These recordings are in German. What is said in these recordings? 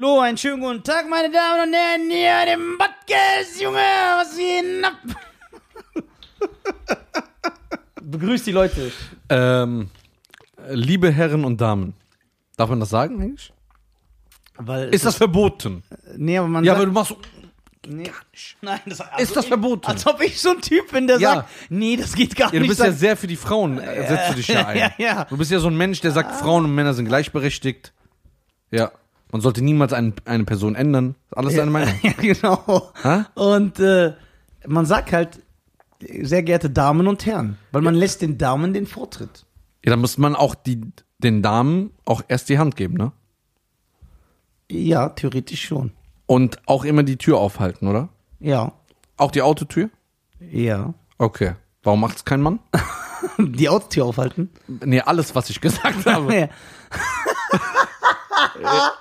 Hallo, einen schönen guten Tag, meine Damen und Herren, hier dem Podcast, Junge, was geht denn ab? Begrüß die Leute. Ähm, liebe Herren und Damen, darf man das sagen eigentlich? Weil Ist das verboten? nee, aber man Ja, aber sagt, du machst. nee. Gar nicht. Nein, das, also Ist das ich- verboten? Als ob ich so ein Typ bin, der Ja. sagt, nee, das geht gar Ja, du nicht. bist ja sehr für die Frauen, äh, setzt du dich ja ein. Ja, ja. Du bist ja Ah. so ein Mensch, der sagt, Frauen und Männer sind gleichberechtigt. Ja. Man sollte niemals ein, eine Person ändern. Alles deine Meinung. ja, genau. Hä? Und äh, man sagt halt, sehr geehrte Damen und Herren, weil man lässt den Damen den Vortritt. Ja, dann muss man auch die, den Damen auch erst die Hand geben, ne? Ja, theoretisch schon. Und auch immer die Tür aufhalten, oder? Ja, Auch die Autotür? ja. Okay. Warum macht's kein Mann? Die Autotür aufhalten. Nee, alles, was ich gesagt habe.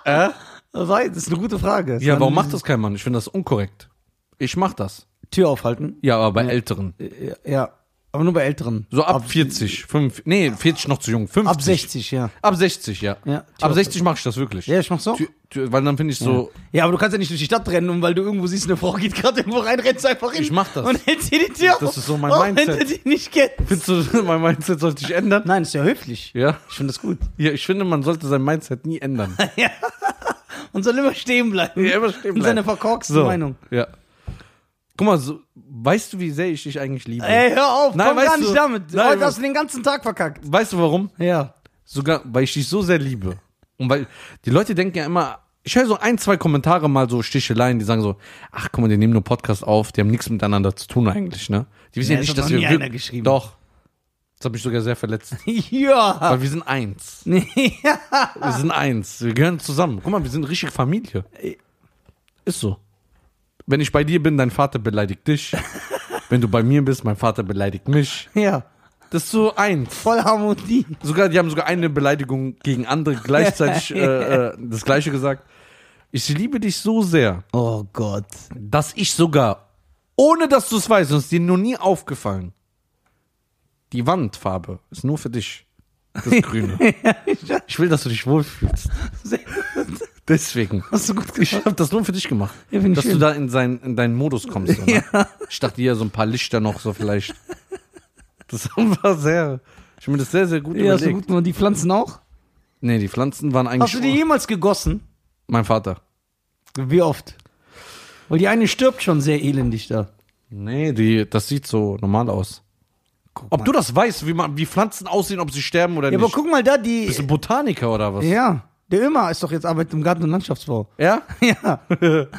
Ja. Weil, Das ist eine gute Frage. Äh? Ja, warum macht das? das kein Mann? Ich finde das unkorrekt. Ich mach das. Tür aufhalten. Ja, aber bei Älteren. Ja, ja. aber nur bei Älteren. So ab, 40, 5, nee, 40 noch zu jung, 50. Ab 60, ja. Ab 60, ja. Ja, Tür ab 60 mache ich das wirklich. Ja, ich mach so. Tür, Tür, weil dann finde ich so, Ja, aber du kannst ja nicht durch die Stadt rennen, und weil du irgendwo siehst, eine Frau geht gerade irgendwo rein, rennst du einfach hin. Ich mach das. Und hältst dir die Tür auf. Das ist so mein auch Wenn du Mindset. die nicht kennst. findest du, mein Mindset sollte ich ändern? Nein, ist ja höflich. Ja. Ich finde das gut. ja, ich finde, man sollte sein Mindset nie ändern. Und soll immer stehen bleiben. Ja, immer stehen Und seine bleiben. verkorkste Meinung. Ja. Guck mal, so, weißt du, wie sehr ich dich eigentlich liebe? Ey, hör auf, Nein, komm weißt gar nicht du- damit. Nein, Heute was- hast du den ganzen Tag verkackt. Weißt du warum? Ja. Sogar, weil ich dich so sehr liebe. Und weil die Leute denken ja immer, ich höre so ein, zwei Kommentare mal so Sticheleien, die sagen so, ach guck mal, die nehmen nur Podcast auf, die haben nichts miteinander zu tun eigentlich, ne? Die wissen Ja, ja, das hat nicht, dass noch wir... nie wir- einer geschrieben. Doch. Das hat mich sogar sehr verletzt. ja. Weil wir sind eins. Nee, ja. Wir sind eins. Wir gehören zusammen. Guck mal, wir sind richtig Familie. Ist so. Wenn ich bei dir bin, dein Vater beleidigt dich. Wenn du bei mir bist, mein Vater beleidigt mich. Ja. Das ist so eins. Voll Harmonie. Sogar, die haben sogar eine Beleidigung gegen andere gleichzeitig äh, äh, das Gleiche gesagt. Ich liebe dich so sehr, Oh Gott. dass ich sogar, ohne dass du es weißt, und es ist dir noch nie aufgefallen, die Wandfarbe ist nur für dich. Das Grüne. Ich will, dass du dich wohlfühlst. Sehr Deswegen. Hast du gut Ich geschafft. habe das nur für dich gemacht. Ja, find ich dass schön. du da in, sein, in deinen Modus kommst. So, ne? Ich dachte dir so ein paar Lichter noch so vielleicht. Das war sehr. Ich hab mir das sehr, sehr gut Ja, so überlegt. gut. Und die Pflanzen auch? Nee, die Pflanzen waren eigentlich. Hast du die jemals gegossen? mein Vater. Wie oft? Weil die eine stirbt schon sehr elendig da. Nee, die, das sieht so normal aus. ob du das weißt, wie, man, wie Pflanzen aussehen, ob sie sterben oder Ja, aber nicht. guck mal da, die. Bist du Botaniker oder was? Ja. Der Ömer ist doch jetzt Arbeit im Garten- und Landschaftsbau. Ja? Ja.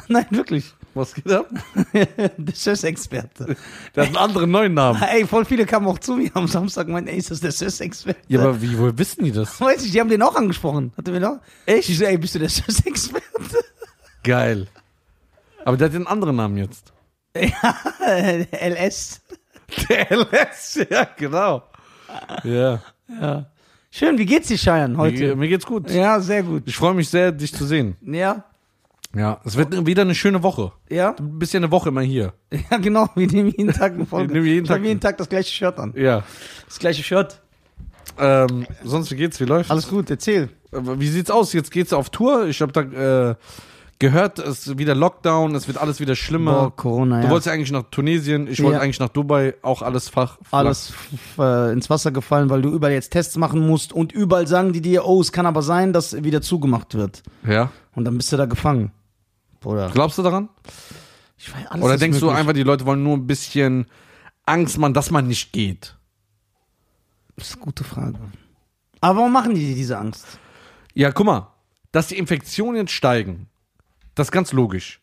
Nein, wirklich. Was geht ab? der Sös-Experte. Der hat einen anderen neuen Namen. Ey, voll viele kamen auch zu mir am Samstag und meinten, ey, ist das der Sös-Experte? Ja, aber wie, woher wissen die das? Weiß ich, die haben den auch angesprochen. Hatte mir noch? Echt? Ich so, ey, bist du der Sös-Experte? Geil. Aber der hat den anderen Namen jetzt. Äh, LS. Der LS, ja, genau. Ja. Ja. Schön, wie geht's dir, Scheiern, Mir, heute? mir geht's gut. Ja, sehr gut. Ich freue mich sehr, dich zu sehen. Ja, Ja. Es wird wieder eine schöne Woche. ja. Du bist ja eine Woche immer hier. Ja, genau. Wir nehmen jeden Tag eine Folge. Wir nehmen jeden ich Tag- habe jeden Tag das gleiche Shirt an. Ja. Das gleiche Shirt. Ähm, sonst, wie geht's? Wie läuft's? Alles gut, erzähl. Aber Wie sieht's aus? Jetzt geht's auf Tour. Ich habe da äh, gehört, es ist wieder Lockdown, es wird alles wieder schlimmer. Boah, Corona, du ja. wolltest ja eigentlich nach Tunesien, ich wollte Ja. eigentlich nach Dubai, auch alles fach. flach. Alles f- äh, ins Wasser gefallen, weil du überall jetzt Tests machen musst und überall sagen die dir, oh, es kann aber sein, dass wieder zugemacht wird. Ja. Und dann bist du da gefangen. Bruder. Glaubst du daran? Ich weiß, alles Oder ist denkst du möglich. einfach, die Leute wollen nur ein bisschen Angst machen, dass man nicht geht? Das ist eine gute Frage. Aber warum machen die dir diese Angst? Ja, guck mal, dass die Infektionen jetzt steigen, das ist ganz logisch.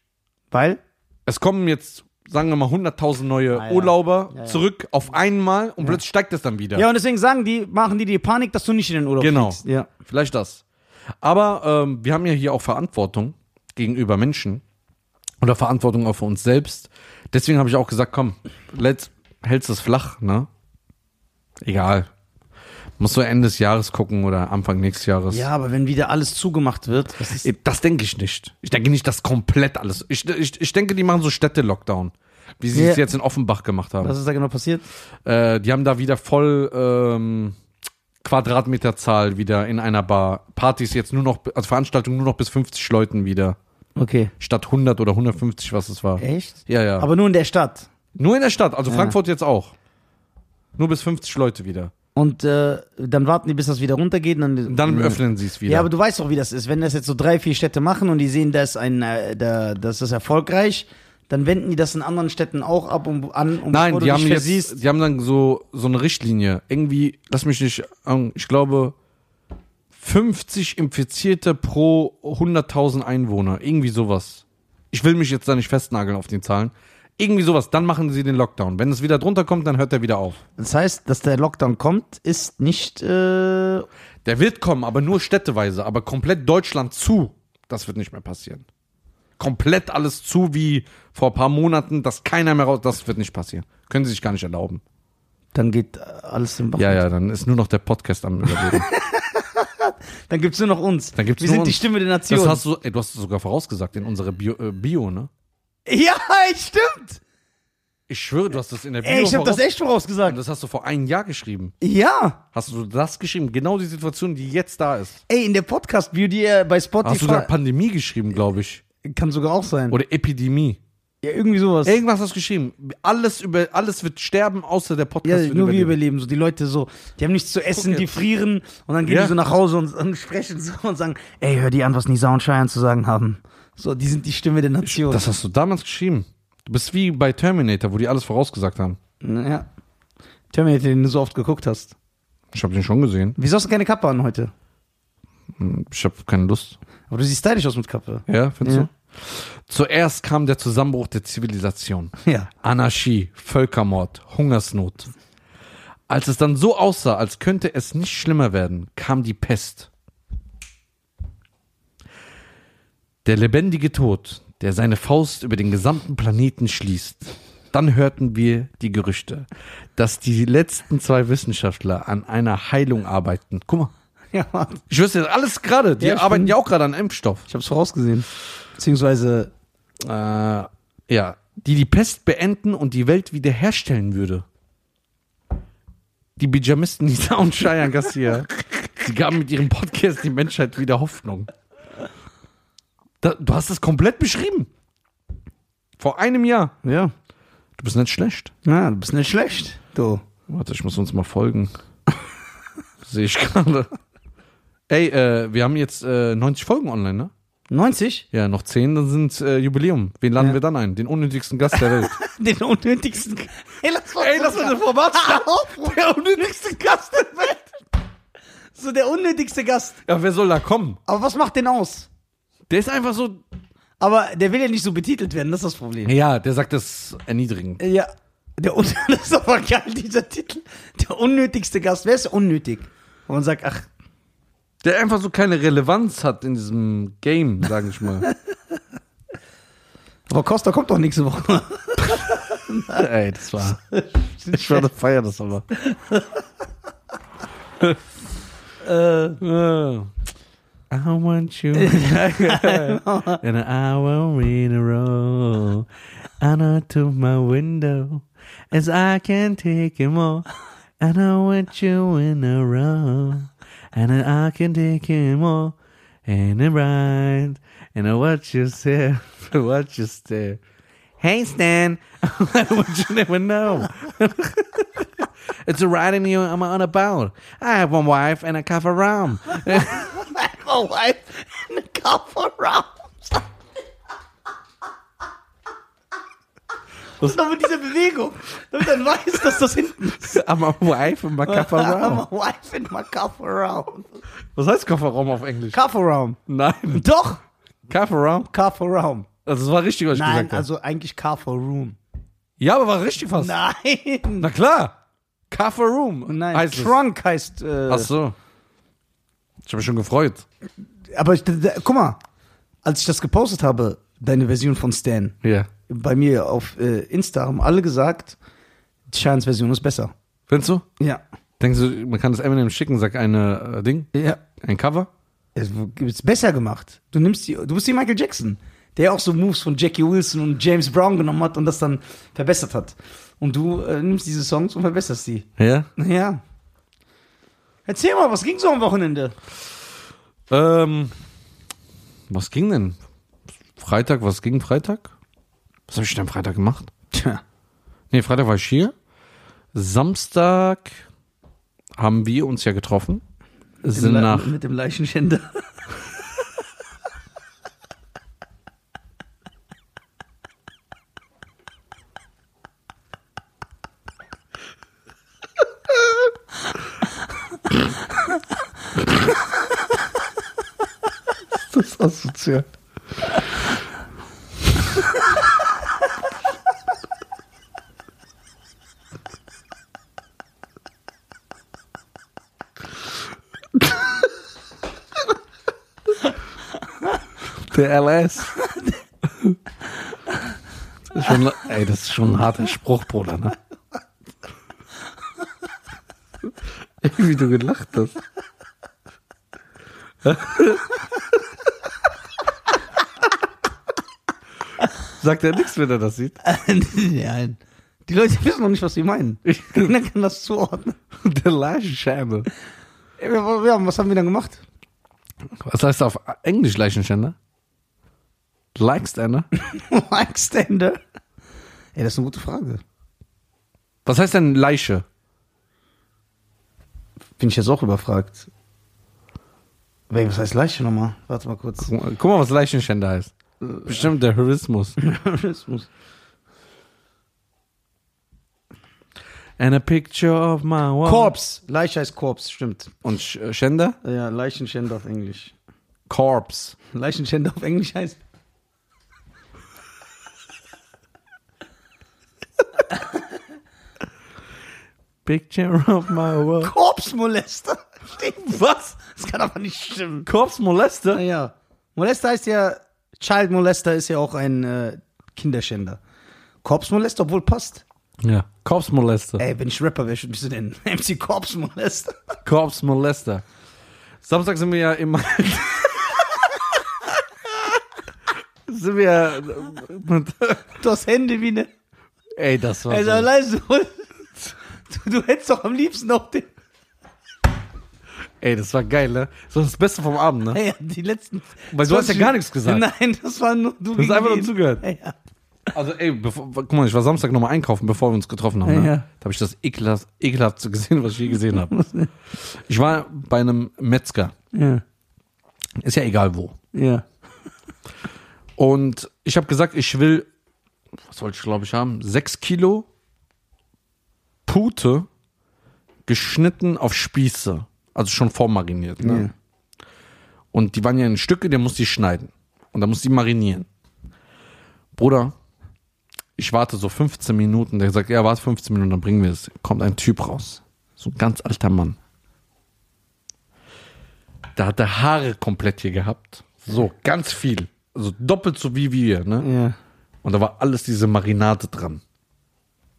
Weil? Es kommen jetzt, sagen wir mal, 100.000 neue Ah, ja. Urlauber Ja, ja. zurück auf einmal und plötzlich steigt das dann wieder. Ja, und deswegen sagen die, machen die dir Panik, dass du nicht in den Urlaub Genau. fliegst. Ja. Vielleicht das. Aber ähm, wir haben ja hier auch Verantwortung gegenüber Menschen oder Verantwortung auch für uns selbst. Deswegen habe ich auch gesagt, komm, let's, hältst es flach, ne? Egal. Muss so Ende des Jahres gucken oder Anfang nächstes Jahres. Äh, Ja, aber wenn wieder alles zugemacht wird, das ist, Das denke ich nicht. Ich denke nicht, dass komplett alles. Ich, ich, ich denke, die machen so Städte-Lockdown, wie sie Ja. es jetzt in Offenbach gemacht haben. was ist da genau passiert? Äh, die haben da wieder voll ähm, Quadratmeterzahl wieder in einer Bar. Partys jetzt nur noch, also Veranstaltungen nur noch bis 50 Leuten wieder. Okay. Statt 100 oder 150, was es war. Echt? Ja, ja. Aber nur in der Stadt. nur in der Stadt, also Frankfurt jetzt auch. Nur bis 50 Leute wieder. Und äh, dann warten die, bis das wieder runtergeht. Und dann, Und dann öffnen sie es wieder. Ja, aber du weißt doch, wie das ist. Wenn das jetzt so drei, vier Städte machen und die sehen, da ist ein, äh, da, das ist erfolgreich, dann wenden die das in anderen Städten auch ab und an. Und Nein, bevor die du haben dich jetzt, versiehst- die haben dann so, so eine Richtlinie. Irgendwie, lass mich nicht, ähm, ich glaube, 50 Infizierte pro 100.000 Einwohner. Irgendwie sowas. Ich will mich jetzt da nicht festnageln auf den Zahlen. Irgendwie sowas. Dann machen sie den Lockdown. Wenn es wieder drunter kommt, dann hört er wieder auf. Das heißt, dass der Lockdown kommt, ist nicht. Äh, Der wird kommen, aber nur städteweise. Aber komplett Deutschland zu, das wird nicht mehr passieren. Komplett alles zu wie vor ein paar Monaten, dass keiner mehr raus, das wird nicht passieren. Können sie sich gar nicht erlauben. dann geht äh, alles im Bach. Ja, ja, dann ist nur noch der Podcast am Überleben. Dann gibt's nur noch uns. Dann gibt's Wir nur sind die uns. Stimme der Nation. Das hast du, ey, du hast es sogar vorausgesagt in unserer Bio, äh, Bio, ne? ja, ey, stimmt. Ich schwöre, du hast das in der Bio Ey, ich habe das voraus- echt vorausgesagt. Das hast du vor einem Jahr geschrieben. Ja. Hast du das geschrieben? Genau die Situation, die jetzt da ist. Ey, in der Podcast-View, die ihr bei Spotify. Hast du da Pandemie geschrieben, glaube ich. Kann sogar auch sein. Oder Epidemie. ja, irgendwie sowas. Irgendwas hast du geschrieben. Alles, über, alles wird sterben, außer der ja, Podcast wird nur wir überleben. überleben. So, die Leute so, die haben nichts zu essen, Guck die jetzt. frieren und dann gehen Ja. die so nach Hause und, und sprechen so und sagen, ey, hör die an, was Nisa und Cheyenne zu sagen haben. So, die sind die Stimme der Nation. Das hast du damals geschrieben. Du bist wie bei Terminator, wo die alles vorausgesagt haben. ja. Terminator, den du so oft geguckt hast. Ich habe den schon gesehen. Wieso hast du keine Kappe an heute? Ich habe keine Lust. Aber du siehst stylisch aus mit Kappe. Ja, findest Ja. du? Zuerst kam der Zusammenbruch der Zivilisation. Ja. Anarchie, Völkermord, Hungersnot. Als es dann so aussah, als könnte es nicht schlimmer werden, kam die Pest. Der lebendige Tod, der seine Faust über den gesamten Planeten schließt. Dann hörten wir die Gerüchte, dass die letzten zwei Wissenschaftler an einer Heilung arbeiten. Guck mal, Ja, Mann. ich wüsste jetzt alles gerade. Die Ja, ich arbeiten bin- ja auch gerade an einem Impfstoff. Ich hab's vorausgesehen. Beziehungsweise, äh, ja, die die Pest beenden und die Welt wiederherstellen würde. Die Bijamisten Nisa und Cheyenne Garcia, die gaben mit ihrem Podcast die Menschheit wieder Hoffnung. Da, du hast das komplett beschrieben. Vor einem Jahr. ja. Du bist nicht schlecht. Na, du bist nicht schlecht. Du. Warte, ich muss uns mal folgen. Sehe ich gerade. Ey, äh, wir haben jetzt äh, 90 Folgen online, ne? 90? Ja, noch 10, dann sind äh, Jubiläum. Wen laden Ja. wir dann ein? Den unnötigsten Gast der Welt. Den unnötigsten. Ey, lass mal, Ey, lass mal eine Format Der unnötigste Gast der Welt. So der unnötigste Gast. Ja, wer soll da kommen? Aber was macht den aus? Der ist einfach so. Aber der will ja nicht so betitelt werden, das ist das Problem. Ja, der sagt das erniedrigend. Ja. Der un das ist aber geil, dieser Titel. Der unnötigste Gast. Wer ist unnötig? Und man sagt, ach, Der einfach so keine Relevanz hat in diesem Game, sage ich mal. aber Costa kommt doch nächste Woche. Ey, das war. Ich würde feiern das aber. äh, I want you in an hour in a row. And out to my window as I can take it more. And I want you in a row. And I can take it more. And a ride. And I watch you stare. I watch you stare. Hey Stan, I want you never know. it's a ride in you I'm on about. I have one wife and a cover rum. oh, wife and a cup around. Und dann mit dieser Bewegung, damit man weiß, dass das hinten ist. I'm a wife and my cover I'm rum. a wife in my cup around. Was heißt Kofferraum auf Englisch? Cup around. Nein, Doch, Kofferraum. cup around. Also das war richtig, was ich Nein, gesagt habe. also eigentlich car for room. ja, aber war richtig fast. Nein. Oh Na klar. Kofferraum Nein, heißt es. Trunk heißt. Äh, Ach so. Ich habe mich schon gefreut. aber ich, da, guck mal, als ich das gepostet habe, deine Version von Stan, Ja. bei mir auf äh, Insta haben alle gesagt, Chans Version ist besser. Findest du? Ja. Denkst du, man kann das Eminem schicken, sagt eine äh, Ding, Ja. ein Cover? Es ist besser gemacht. Du nimmst die, du bist wie Michael Jackson, der auch so Moves von Jackie Wilson und James Brown genommen hat und das dann verbessert hat. Und du äh, nimmst diese Songs und verbesserst sie. Ja. Ja. Erzähl mal, was ging so am Wochenende? Ähm, was ging denn? Freitag, was ging Freitag? Was habe ich denn am Freitag gemacht? Tja. Nee, Freitag war ich hier. Samstag haben wir uns ja getroffen. Sind nach Mit dem Leichenschänder. Das ist asozial. Der LS. Das ist schon, ey, das ist schon ein harter Spruch, Bruder, ne? Ey, wie du gelacht hast. Sagt er nichts, wenn er das sieht. Nein. Die Leute wissen noch nicht, was sie meinen. Ich- Keiner kann das zuordnen. Der Leichenschänder. Ey, wir- Ja, was haben wir dann gemacht? Was heißt auf Englisch Leichenschänder? Likestander? Mike-Stände? Ey, das ist eine gute Frage. Was heißt denn Leiche? Bin ich jetzt auch überfragt. Wait, was heißt Leiche nochmal? Warte mal kurz. Guck mal, guck mal, was Leichenschänder heißt. Bestimmt der Heurismus. Terrorismus. And a picture of my wife. Korps. Leiche heißt Korps, stimmt. Und Sch- äh, Schänder? Ja, Leichenschänder auf Englisch. Corpse. Leichenschänder auf Englisch heißt. Picture of my wife. Korpsmolester. Stimmt. Was? Das kann aber nicht stimmen. Corpse Molester? Naja. Molester heißt ja, Child Molester ist ja auch ein äh, Kinderschänder. Korpsmolester, obwohl passt. Ja. Äh. Corpse Molester. Ey, wenn ich Rapper wäre, bist du denn MC Korpsmolester? Corpse Molester. Samstag sind wir ja im. sind wir ja. Mit, Du hast Hände wie eine. ey, das war. Also, so. leise. Du, du hättest doch am liebsten auch den. Ey, das war geil, ne? Das war das Beste vom Abend, ne? Ja, die letzten. Weil du hast ja 20 gar nichts gesagt. Nein, das war nur du. Du hast einfach nur zugehört. Ja, ja. Also, ey, bevor, guck mal, ich war Samstag nochmal einkaufen, bevor wir uns getroffen haben. Ne? Ja. Da habe ich das ekelhaft, ekelhaft gesehen, was ich je gesehen habe. Ich war bei einem Metzger. Ja, Ist ja egal wo. ja. Und ich habe gesagt, ich will, was wollte ich glaube ich haben? Sechs Kilo Pute geschnitten auf Spieße. Also schon vormariniert. Ne? Und die waren ja in Stücke, der muss die schneiden. Und dann muss die marinieren. Bruder, ich warte so 15 Minuten. Der sagt, ja, warte 15 Minuten, dann bringen wir es. Kommt ein Typ raus. So ein ganz alter Mann. Da hat er Haare komplett hier gehabt. So, ganz viel. Also doppelt so wie wir, ne? Ja. Und da war alles diese Marinade dran.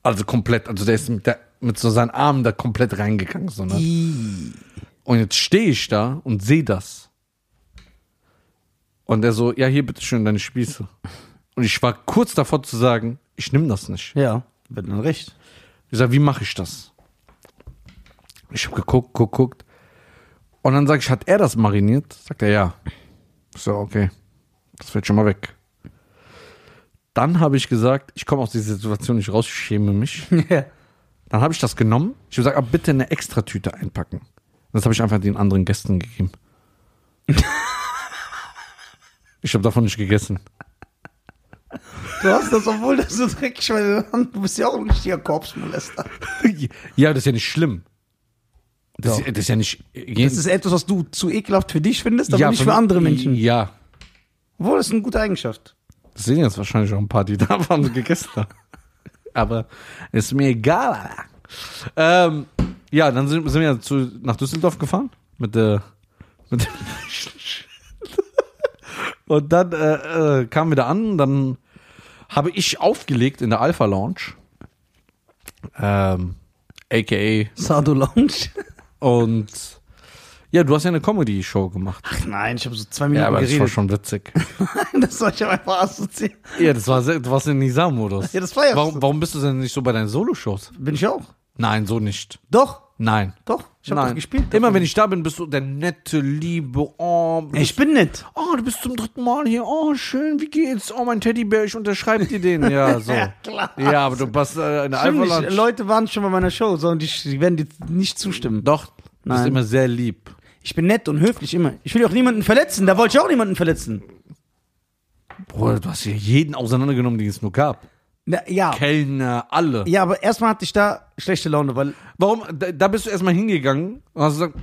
Also komplett, also der ist mit, der, mit so seinen Armen da komplett reingegangen. So, ne? Und jetzt stehe ich da und sehe das. Und er so, ja, hier bitteschön deine Spieße. Und ich war kurz davor zu sagen, ich nehme das nicht. Ja, wenn dann recht. Ich sage, wie mache ich das? Ich habe geguckt, guckt, guckt. Und dann sage ich, hat er das mariniert? Sagt er ja. Ich so, okay. Das fällt schon mal weg. Dann habe ich gesagt, ich komme aus dieser Situation nicht raus, ich schäme mich. Ja. Dann habe ich das genommen. Ich habe gesagt, ah, bitte eine Extratüte einpacken. Und das habe ich einfach den anderen Gästen gegeben. ich habe davon nicht gegessen. Du hast das, obwohl das so dreckig war. in der Hand. Du bist ja auch ein richtiger Korpsmolester. ja, das ist ja nicht schlimm. Das, Doch. das ist ja nicht. Das ist etwas, was du zu ekelhaft für dich findest, aber nicht mich- für andere Menschen. Ja, Obwohl, das ist eine gute Eigenschaft. Das sind jetzt wahrscheinlich auch ein paar, die da waren und gegessen haben. Aber ist mir egal. Alter. Ähm, ja, dann sind, sind wir zu, nach Düsseldorf gefahren mit der. Mit dem und dann äh, äh, kamen wir da an, dann habe ich aufgelegt in der Alpha Lounge. Ähm, AKA. Sado Lounge? Und ja, du hast ja eine Comedy-Show gemacht. ne? Ach nein, ich habe so zwei Minuten Ja, aber das war geredet. schon witzig. Das soll ich aber einfach assoziieren. Ja, das war sehr, du warst in Nisa-Modus. Ja, das war ja warum, so. warum bist du denn nicht so bei deinen Soloshows? Bin ich auch. Nein, so nicht. Doch. Nein. Doch, ich habe Nein. doch gespielt. Immer wenn ich da bin, bist du der nette, liebe, oh, ich bin nett. oh, du bist zum dritten Mal hier, oh, schön, wie geht's? Oh, mein Teddybär, ich unterschreibe dir den. Ja, so. Ja, klar. Ja, aber du bist äh, eine Stimmt nicht. Alpha Leute waren schon bei meiner Show, so, und die, die werden dir nicht zustimmen. Doch, du bist Nein. immer sehr lieb. Ich bin nett und höflich immer. Ich will auch niemanden verletzen. Da wollte ich auch niemanden verletzen. Bruder, du hast hier jeden auseinandergenommen, den es nur gab. Na, ja. Kellner, alle. Ja, aber erstmal hatte ich da schlechte Laune, weil Warum? Da, da bist du erstmal hingegangen und hast gesagt,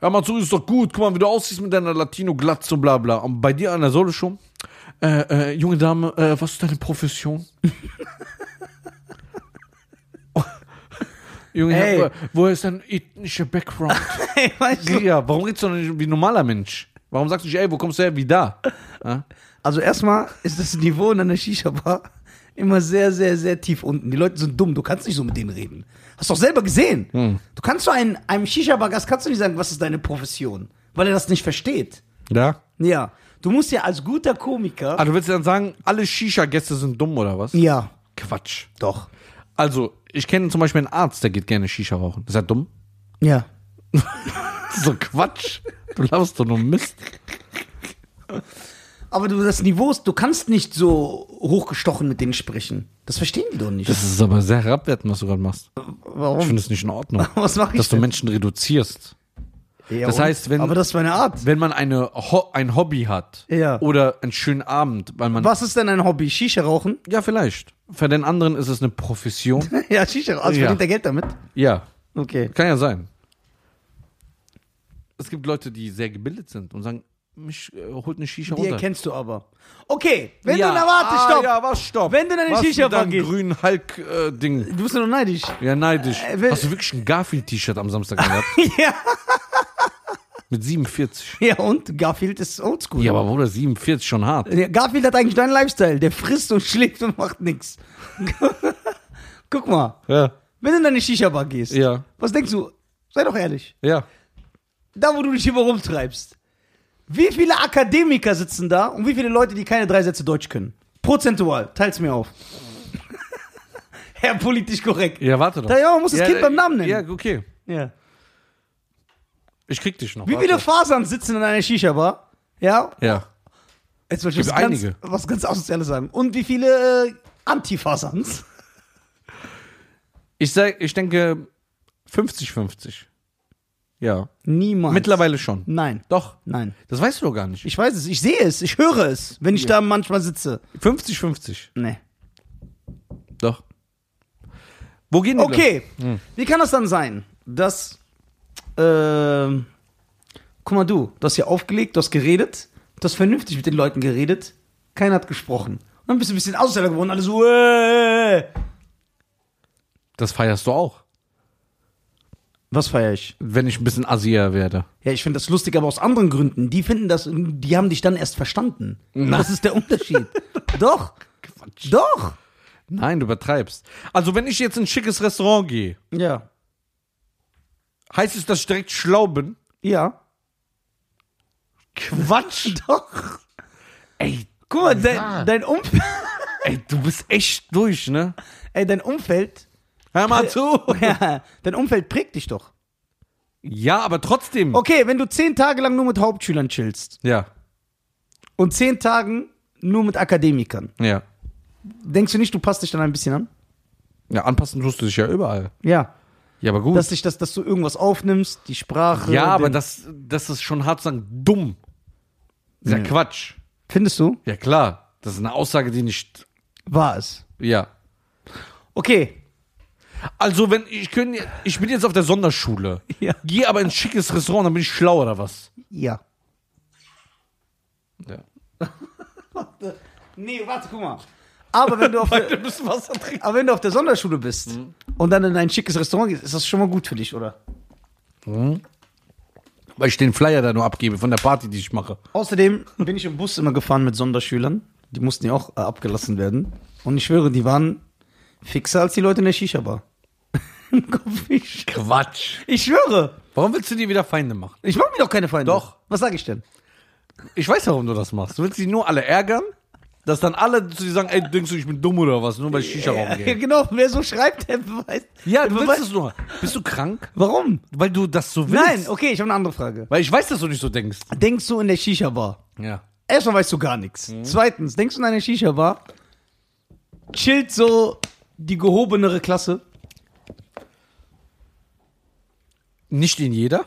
hör mal zu, ist doch gut, guck mal, wie du aussiehst mit deiner Latino-Glatze, bla bla. Und bei dir an der Sohle schon, äh, äh, junge Dame, äh, was ist deine Profession? junge Ey. Also- Herr, wo ist dein ethnischer Background? Ey, weißt du? ja, warum redest du doch nicht wie ein normaler Mensch? Warum sagst du nicht, ey, wo kommst du her, wie da? Ja? Also erstmal ist das Niveau in einer Shisha-Bar immer sehr, sehr, sehr tief unten. Die Leute sind dumm, du kannst nicht so mit denen reden. Hast doch selber gesehen. Du kannst so einen, einem Shisha-Bar-Gast kannst du nicht sagen, was ist deine Profession, weil er das nicht versteht. ja. Ja, du musst ja als guter Komiker. Ah, du willst dann sagen, alle Shisha-Gäste sind dumm oder was? ja, Quatsch. doch. Also, ich kenne zum Beispiel einen Arzt, der geht gerne Shisha rauchen. Ist er dumm? Ja. So Quatsch. Du laufst doch nur Mist. Aber du, das Niveau ist, du kannst nicht so hochgestochen mit denen sprechen. Das verstehen die doch nicht. Das ist aber sehr herabwertend, was du gerade machst. Ich Warum? finde es nicht in Ordnung, Was mache ich dass du denn? Menschen reduzierst. Ja, das und? heißt, wenn- Aber das ist meine Art. Wenn man eine Ho ein Hobby hat Ja. oder einen schönen Abend, weil man. Was ist denn ein Hobby? Shisha rauchen? Ja, vielleicht. Für den anderen ist es eine Profession. ja, Shisha rauchen. Also Ja. verdient er Geld damit? ja, Okay. kann ja sein. Es gibt Leute, die sehr gebildet sind und sagen, mich äh, holt eine Shisha Die runter. erkennst du aber. Okay, wenn ja. du na warte, ah, stopp. Ja, was, stopp. Wenn du in eine was Shisha mit deinem gehst. grünen Hulk-Ding. Du bist ja noch neidisch. Ja, neidisch. Äh, will- Hast du wirklich ein Garfield-T-Shirt am Samstag gehabt? ja. Mit 47. Ja, und Garfield ist oldschool. Ja, aber Bruder, 47 schon hart. Ja, Garfield hat eigentlich deinen Lifestyle. Der frisst und schläft und macht nichts. Guck mal, Ja, wenn du in deine Shisha-Bar gehst, ja, was denkst du? Sei doch ehrlich. ja. Da, wo du dich immer rumtreibst. Wie viele Akademiker sitzen da und wie viele Leute, die keine drei Sätze Deutsch können? Prozentual. Teil's mir auf. Herr politisch korrekt. Ja, warte doch. Da, ja, man muss das Ja, Kind äh, beim Namen nennen. Ja, okay. ja. Ich krieg dich noch. Wie warte. viele Fasern sitzen in einer Shisha-Bar? Ja, Ja. jetzt wollte ich was Gibt ganz, einige. was ganz Asoziales sagen. Und wie viele äh, Antifasans? Ich, sag, ich denke 50-50. Ja. Niemals. Mittlerweile schon. Nein. Doch. Nein. Das weißt du doch gar nicht. Ich weiß es, ich sehe es, ich höre es, wenn ich da manchmal sitze. 50-50. Nee. Doch. Wo gehen die Leute? Okay, wie kann das dann sein, dass, ähm, guck mal du, du hast hier aufgelegt, du hast geredet, du hast vernünftig mit den Leuten geredet, keiner hat gesprochen. Und dann bist du ein bisschen Aussteller geworden, alle so, äh. Das feierst du auch, Was feiere ich? wenn ich ein bisschen Asier werde. Ja, ich finde das lustig, aber aus anderen Gründen. Die finden das, die haben dich dann erst verstanden. Das ist der Unterschied. Doch. Doch. Nein, du übertreibst. Also, wenn ich jetzt in ein schickes Restaurant gehe, Ja. heißt es, dass ich direkt schlau bin? Ja. Quatsch. Doch. Ey, Guck mal, Ja. dein, dein, Um- Umfeld, Ey, du bist echt durch, ne? ey, dein Umfeld, Hör mal zu. ja, dein Umfeld prägt dich doch. Ja, aber trotzdem. Okay, wenn du zehn Tage lang nur mit Hauptschülern chillst Ja, und zehn Tagen nur mit Akademikern, ja. denkst du nicht, du passt dich dann ein bisschen an? Ja, anpassen tust du dich ja überall. Ja. Ja, aber gut. Dass, dich, dass, dass du irgendwas aufnimmst, die Sprache. ja, aber den- das, das ist schon hart zu sagen, dumm. Ist ja Nee. Quatsch. Findest du? Ja, klar. Das ist eine Aussage, die nicht. War es. Ja. Okay. Also, wenn ich könnte, ich bin jetzt auf der Sonderschule. Ja. Gehe aber ins schickes Restaurant, dann bin ich schlau oder was? Ja. Ja. Nee, warte, guck mal. Aber wenn du auf der, müssen Wasser trinken. aber wenn du auf der Sonderschule bist und dann in ein schickes Restaurant gehst, ist das schon mal gut für dich, oder? Weil ich den Flyer da nur abgebe von der Party, die ich mache. Außerdem bin ich im Bus immer gefahren mit Sonderschülern. Die mussten ja auch äh, abgelassen werden. Und ich schwöre, die waren fixer als die Leute in der Shisha-Bar. Im Coffeeshop. Quatsch. ich schwöre, Warum willst du dir wieder Feinde machen? ich mache mir doch keine Feinde. Doch. Was sage ich denn? Ich weiß, warum du das machst. Du willst sie nur alle ärgern Dass dann alle zu dir sagen, ey, denkst du, ich bin dumm oder was, nur weil ich Shisha Ja, rauchen gehe. genau, wer so schreibt, der beweist. Ja, der du willst beweist- es nur. Bist du krank? Warum? Weil du das so willst? Nein, okay, ich habe eine andere Frage. Weil ich weiß, dass du nicht so denkst. Denkst du in der Shisha-Bar? Ja. Erstmal weißt du gar nichts. Mhm. Zweitens, denkst du in einer Shisha-Bar? Chillt so die gehobenere Klasse? Nicht in jeder?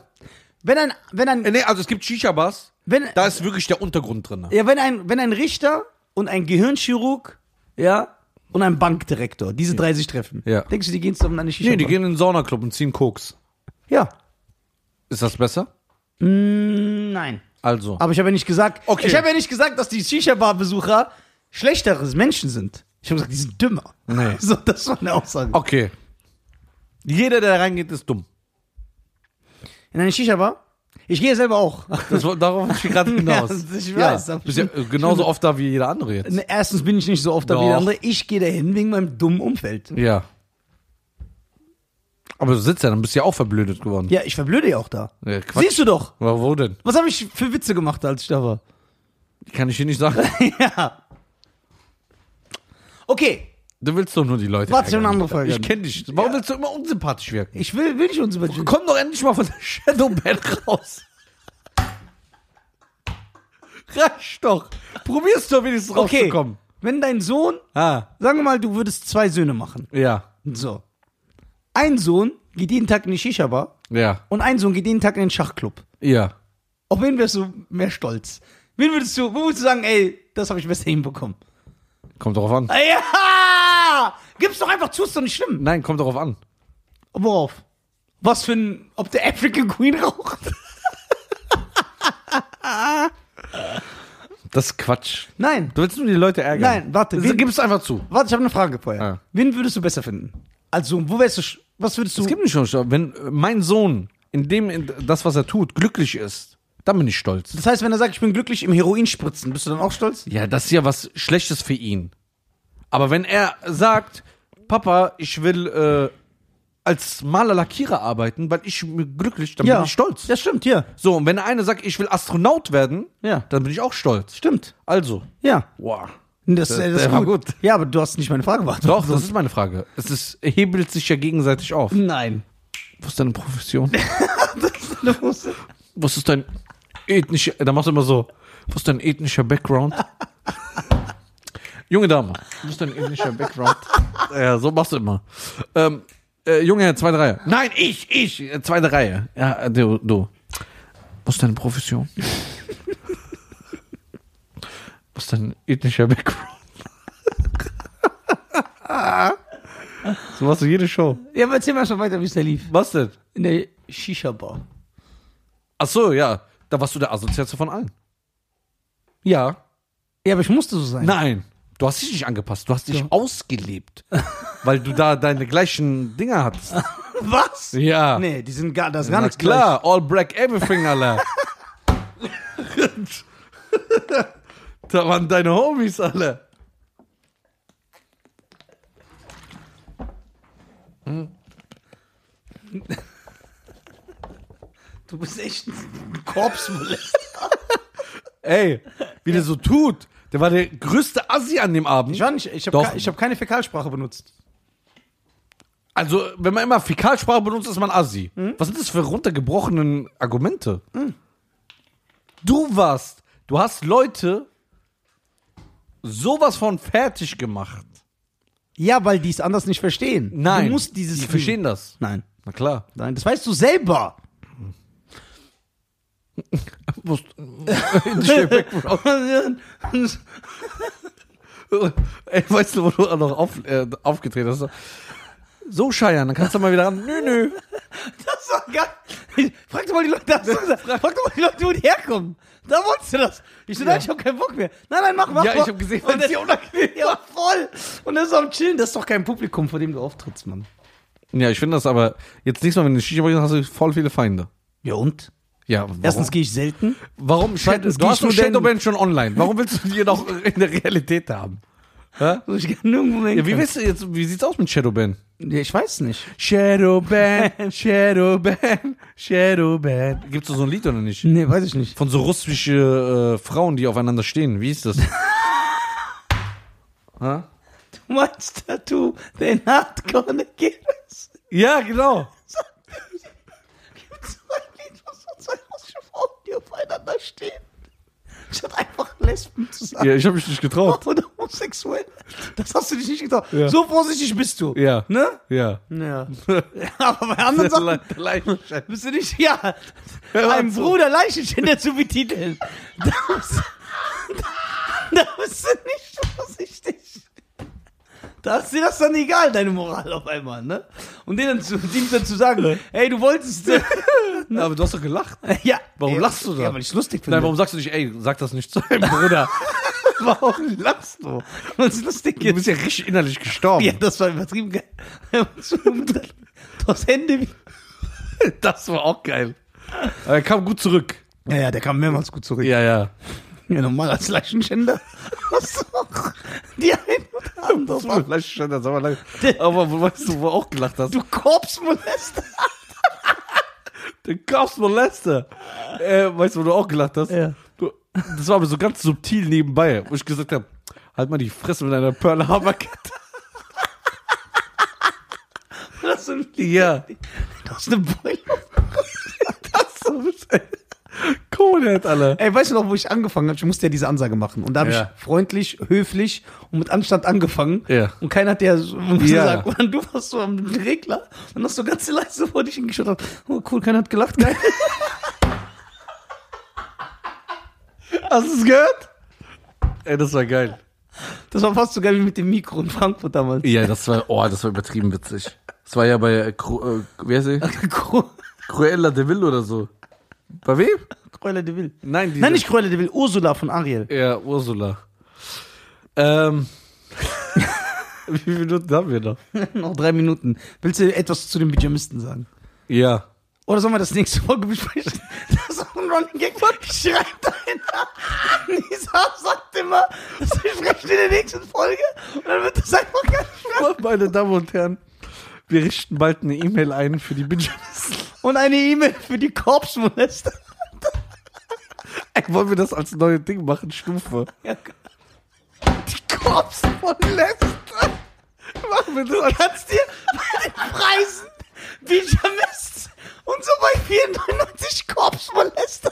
Wenn ein, wenn ein, Nee, also es gibt Shisha-Bars, wenn, da ist wirklich der Untergrund drin. ja, wenn ein, wenn ein Richter und ein Gehirnchirurg, ja, und ein Bankdirektor, diese drei sich treffen, Ja. denkst du, die gehen zusammen in eine Shisha-Bar? Nee, die gehen in den Saunaclub und ziehen Koks. Ja. Ist das besser? Mm, nein. Also. Aber ich habe ja nicht gesagt, Okay. ich habe ja nicht gesagt, dass die Shisha-Bar-Besucher schlechteres Menschen sind. Ich habe gesagt, die sind dümmer. Nee. So, das war eine Aussage. Okay. Jeder, der da reingeht, ist dumm. In eine Shisha-Bar? Ich gehe selber auch. Das, war- darauf will ich gerade hinaus. Ja, ich weiß, aber bist ja äh, genauso oft da wie jeder andere jetzt. Ne, Erstens bin ich nicht so oft da wie Doch. der andere. Ich gehe dahin wegen meinem dummen Umfeld. Ja. Aber du sitzt ja, dann bist du ja auch verblödet geworden. Ja, ich verblöde ja auch da. Ja, Quatsch. Siehst du doch. Aber wo denn? Was habe ich für Witze gemacht, als ich da war? Kann ich dir nicht sagen. ja. Okay, Du willst doch nur die Leute. Warte, ich hab eine ärgern. andere Frage. Ich kenne dich. Warum willst du immer unsympathisch wirken? ich will, will nicht unsympathisch. Komm doch endlich mal von der Shadowband raus. Reicht doch. Probier's doch wenigstens Okay, rauszukommen. wenn dein Sohn, Ah, sagen wir mal, du würdest zwei Söhne machen. ja. So. Ein Sohn geht jeden Tag in die Shisha-Bar Ja. und ein Sohn geht jeden Tag in den Schachclub. Ja. Auf wen wärst du mehr stolz? Wen würdest du, wo würdest du sagen, ey, das habe ich besser hinbekommen? Kommt darauf an. Ja! Gib's doch einfach zu, ist doch nicht schlimm. Nein, kommt darauf an. Worauf? Was für ein. Ob der African Queen raucht? Das ist Quatsch. Nein. Du willst nur die Leute ärgern. Nein, warte, Das, wir- gib's einfach zu. Warte, ich habe eine Frage vorher. Ah. Wen würdest du besser finden? Also, wo wärst du. sch- Was würdest du. Es gibt nicht schon Stolz. Wenn äh, mein Sohn in dem, in das, was er tut, glücklich ist, dann bin ich stolz. das heißt, wenn er sagt, ich bin glücklich im Heroinspritzen, bist du dann auch stolz? Ja, das ist ja was Schlechtes für ihn. Aber wenn er sagt, Papa, ich will äh, als Maler Lackierer arbeiten, weil ich mir glücklich, dann bin ich stolz. Das stimmt, ja. So, und wenn einer sagt, ich will Astronaut werden, Ja. dann bin ich auch stolz. Stimmt. Also. Ja. Wow. Das, äh, das der ist war gut. Ja, aber du hast nicht meine Frage beantwortet. Doch, das ist meine Frage. Es ist, hebelt sich ja gegenseitig auf. Nein. Wo ist deine Profession? Du musst- Was ist dein ethnischer, da machst du immer so, was ist dein ethnischer Background? junge Dame, was ist dein ethnischer Background? ja, so machst du immer. Ähm, äh, junge Herr, zweite Reihe. Nein, ich, ich, äh, zweite Reihe. Ja, äh, du, du. Was ist deine Profession? was ist dein ethnischer Background? so machst du jede Show. ja, aber erzähl mal schon weiter, wie es da lief. Was denn? In der Shisha-Bar. Ach so, ja. Da warst du der Assoziator von allen. Ja. Ja, aber ich musste so sein. Nein. Du hast dich nicht angepasst. Du hast dich ausgelebt. weil du da deine gleichen Dinger hattest. was? Ja. Nee, die sind gar, das ist gar Na nichts klar. All black everything, Alter. da waren deine Homies, alle. gleich. Du bist echt ein Korpsmolest. Ey, wie der so tut. Der war der größte Assi an dem Abend. Ich war nicht, ich Doch. habe hab keine Fäkalsprache benutzt. Also, wenn man immer Fäkalsprache benutzt, ist man Assi. Hm? Was sind das für runtergebrochenen Argumente? Du warst, du hast Leute sowas von fertig gemacht. Ja, weil die es anders nicht verstehen. Nein, Du musst dieses die verstehen das. Nein, Na klar. nein, das weißt du selber. Ey, weißt du, wo du auch noch auf, äh, aufgetreten hast? So, Scheiern, dann kannst du mal wieder ran. Nö, nö. Das war geil. Frag doch mal die Leute, das ist, frag doch mal die Leute, wo die herkommen. Da wolltest du das. Ich so, nein, ich hab keinen Bock mehr. Nein, nein, mach, mach. Ja, ich mach. hab gesehen, Und weil's das- dir unangenehm Ja, voll. Und das ist am Chillen. Das ist doch kein Publikum, vor dem du auftrittst, Mann. Ja, ich finde das aber, jetzt nächstes Mal, wenn du Shisha gehst, hast du voll viele Feinde. Ja, und? Ja, warum? Erstens gehe ich selten. warum Zweitens du geh ich hast doch nur denn- Shadowband schon online. Warum willst du äh, die noch in der Realität haben? So, ich kann nirgendwo mehr Ja, wie hinkommen. weißt du jetzt, wie sieht's aus mit Shadowban? ja, ich weiß nicht. Shadowban, Shadowban, Äh, Shadowban. Gibt's da so ein Lied oder nicht? Nee, weiß ich nicht. Von so russische äh, Frauen, die aufeinander stehen. Wie ist das? Ja, Du meinst Tattoo, den Hardcore Negeris. ja genau. Gibt so ein Lied, was von zwei russische Frauen, die aufeinander stehen? Statt einfach Lesben zu sagen. Ja, ich habe mich nicht getraut. Oder homosexuell. Das hast du dich nicht getraut. Ja. So vorsichtig bist du. Ja. Ne? Ja. Ja. Aber bei anderen Sachen Le- Leichenschein. bist du nicht, ja, Hör mal ein zu. Bruder Leichenständer zu betiteln. Da bist, da bist du nicht vorsichtig. Da ist dir das dann egal, deine Moral auf einmal, ne? Und denen zu, denen dann zu sagen, hey, du wolltest, äh, Aber du hast doch gelacht. ja. Warum Ja, lachst du da? Ja, weil ich lustig finde. Nein, warum sagst du nicht, ey, sag das nicht zu deinem Bruder? warum lachst du? Weil es lustig Du ist. bist ja richtig innerlich gestorben. Ja, das war übertrieben geil. Du hast Hände wie. Das war auch geil. Aber er kam gut zurück. Ja, ja, der kam mehrmals gut zurück. Ja, ja. Ja, normal als Leichenschänder. Was auch die ein oder andere. Das war vielleicht schon, das war lang. Aber wo- weißt du, wo du auch gelacht hast? Du Korpsmolester. Der Kopfsmolester. Äh, weißt du, wo du auch gelacht hast? Ja. Du, das war aber so ganz subtil nebenbei, wo ich gesagt habe, halt mal die Fresse mit einer Perlhammerkette. Das ist ein Lied. Ja. Das ist eine Beule. Das ist Kohlert, alle. Ey, weißt du noch, wo ich angefangen habe? Ich musste ja diese Ansage machen. Und da habe Ja. ich freundlich, höflich und mit Anstand angefangen. Ja. Und keiner hat dir so was Ja. gesagt. Und dann du warst so am Regler und hast so ganz leise vor dich hingeschaut. und hast, Oh, cool, keiner hat gelacht. Geil. Hast du es gehört? Ey, das war geil. Das war fast so geil wie mit dem Mikro in Frankfurt damals. Ja, das war, oh, das war übertrieben witzig. Das war ja bei, äh, Cru, äh, wie heißt sie? Cruella de Vil oder so. Bei wem? Cruella de Vil. Nein, diese, Nein, nicht Cruella de Vil, Ursula von Ariel. Ja, Ursula. Ähm. Wie viele Minuten haben wir noch? Noch drei Minuten. Willst du etwas zu den Pyjamisten sagen? Ja. Oder sollen wir das nächste Folge besprechen? Das ist auch ein Running Gag. Ich schreibe da hinter. Nisa sagt immer, das besprechen wir in der nächsten Folge. Und dann wird das einfach ganz schwer. Meine Damen und Herren, wir richten bald eine E-Mail ein für die Benjamins. Und eine E-Mail für die Korpsmolester. Ey, Wollen wir das als neues Ding machen? Stufe. Ja. Die Korpsmolester. Machen wir Du das als kannst dir bei den Preisen Pyjamist und so bei 499 Korpsmolester.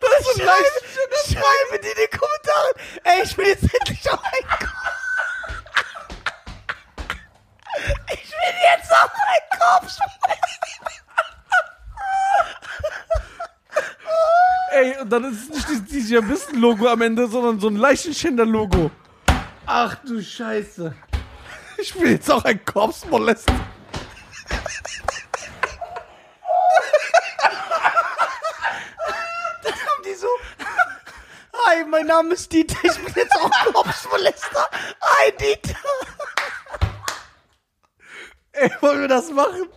Das ist schreibe, schreibe die in den Kommentaren. Ey, ich bin jetzt endlich auf ein Korps. Ich bin jetzt auf ein Korpsmolester. Ey, und dann ist es nicht dieses Dijamisten-Logo am Ende, sondern so ein Leichenschänder-Logo. Ach du Scheiße. Ich bin jetzt auch ein Korpsmolester. haben die so. Hi, mein Name ist Dieter, ich bin jetzt auch Korpsmolester. Hi, Dieter. Ey, wollen wir das machen?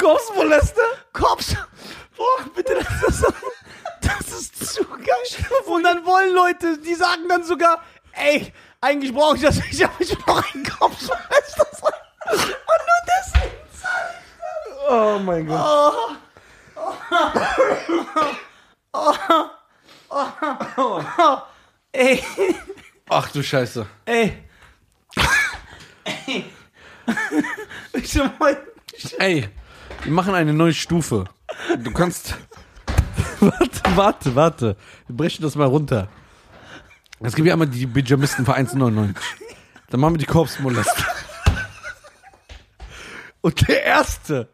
Korpsmolester? Korps. Oh, bitte, das ist, das ist zu geil. Und dann wollen Leute, die sagen dann sogar, ey, eigentlich brauche ich das nicht, aber ich brauche einen Korpsmolester. sein. Und nur deswegen. Oh mein Gott. Ey, Ach du Scheiße. ey. Ey. Ich so, mein, Ey, wir machen eine neue Stufe. Du kannst. warte, warte, warte. Wir brechen das mal runter. Es gibt ja einmal die Pyjamisten für 1,99. Dann machen wir die Korpsmolester. Und der Erste,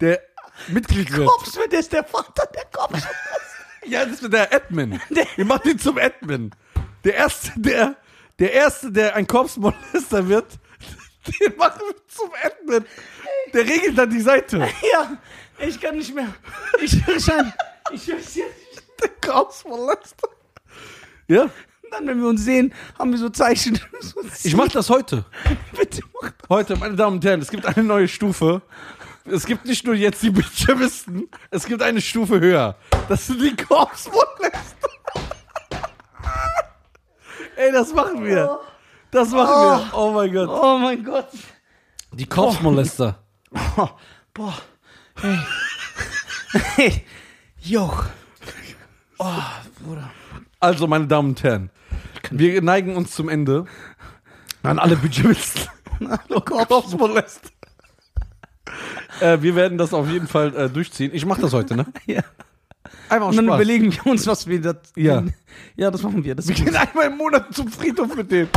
der Mitglied wird. Korps wird jetzt der Vater der Korpsmolester. Ja, das ist der Admin. Wir machen ihn zum Admin. Der Erste, der, der Erste, der ein Korpsmolester wird, den machen wir zum Admin. Der regelt dann die Seite. Ja, ich kann nicht mehr. Ich höre schon. Ich höre es jetzt. Der Korpsmolester. Ja, Und Dann, wenn wir uns sehen, haben wir so Zeichen. So ich mach das heute. bitte mach das. Heute, meine Damen und Herren, es gibt eine neue Stufe. Es gibt nicht nur jetzt die Benjamisten, es gibt eine Stufe höher. Das sind die Korpsmolester. Ey, das machen wir. Das machen wir. Oh mein Gott. Oh. Oh mein Gott. Die Korpsmolester. Boah. Hey. Hey. Joch. Oh, Bruder. Also, meine Damen und Herren, wir neigen uns zum Ende. An alle Budgetisten. Hallo Kopf. Kopfmolest. äh, wir werden das auf jeden Fall äh, durchziehen. Ich mache das heute, ne? Ja. Einmal aus Und dann Spaß. überlegen wir uns, was wir das. Ja. ja, das machen wir. Das gehen einmal im Monat zum Friedhof mit dem.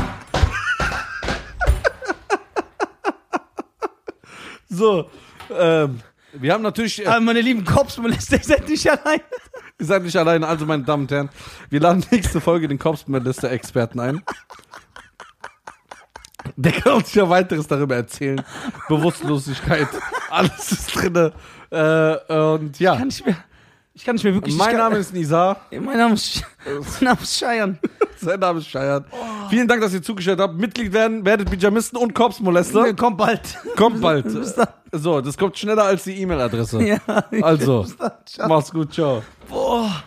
so, ähm, wir haben natürlich, äh, Ah, meine lieben Kopfsmolester, ihr seid nicht allein. ihr seid nicht alleine, also meine Damen und Herren, wir laden nächste Folge den Korpsmolester-Experten ein. Der kann uns ja weiteres darüber erzählen. Bewusstlosigkeit, alles ist drin. Äh, und ja, Kann ich mir. Ich kann nicht mehr wirklich. mein ich kann, Name ist Äh. Nizar. ist. Mein Name ist. mein Name ist Scheiern. Sein Name ist Scheiert. Oh. Vielen Dank, dass ihr zugeschaut habt. Mitglied werden, werdet Pyjamisten und Korpsmolester. Kommt bald. Kommt bald. So, das kommt schneller als die E-Mail-Adresse. Ja. Also, Ciao. mach's gut, ciao. Boah.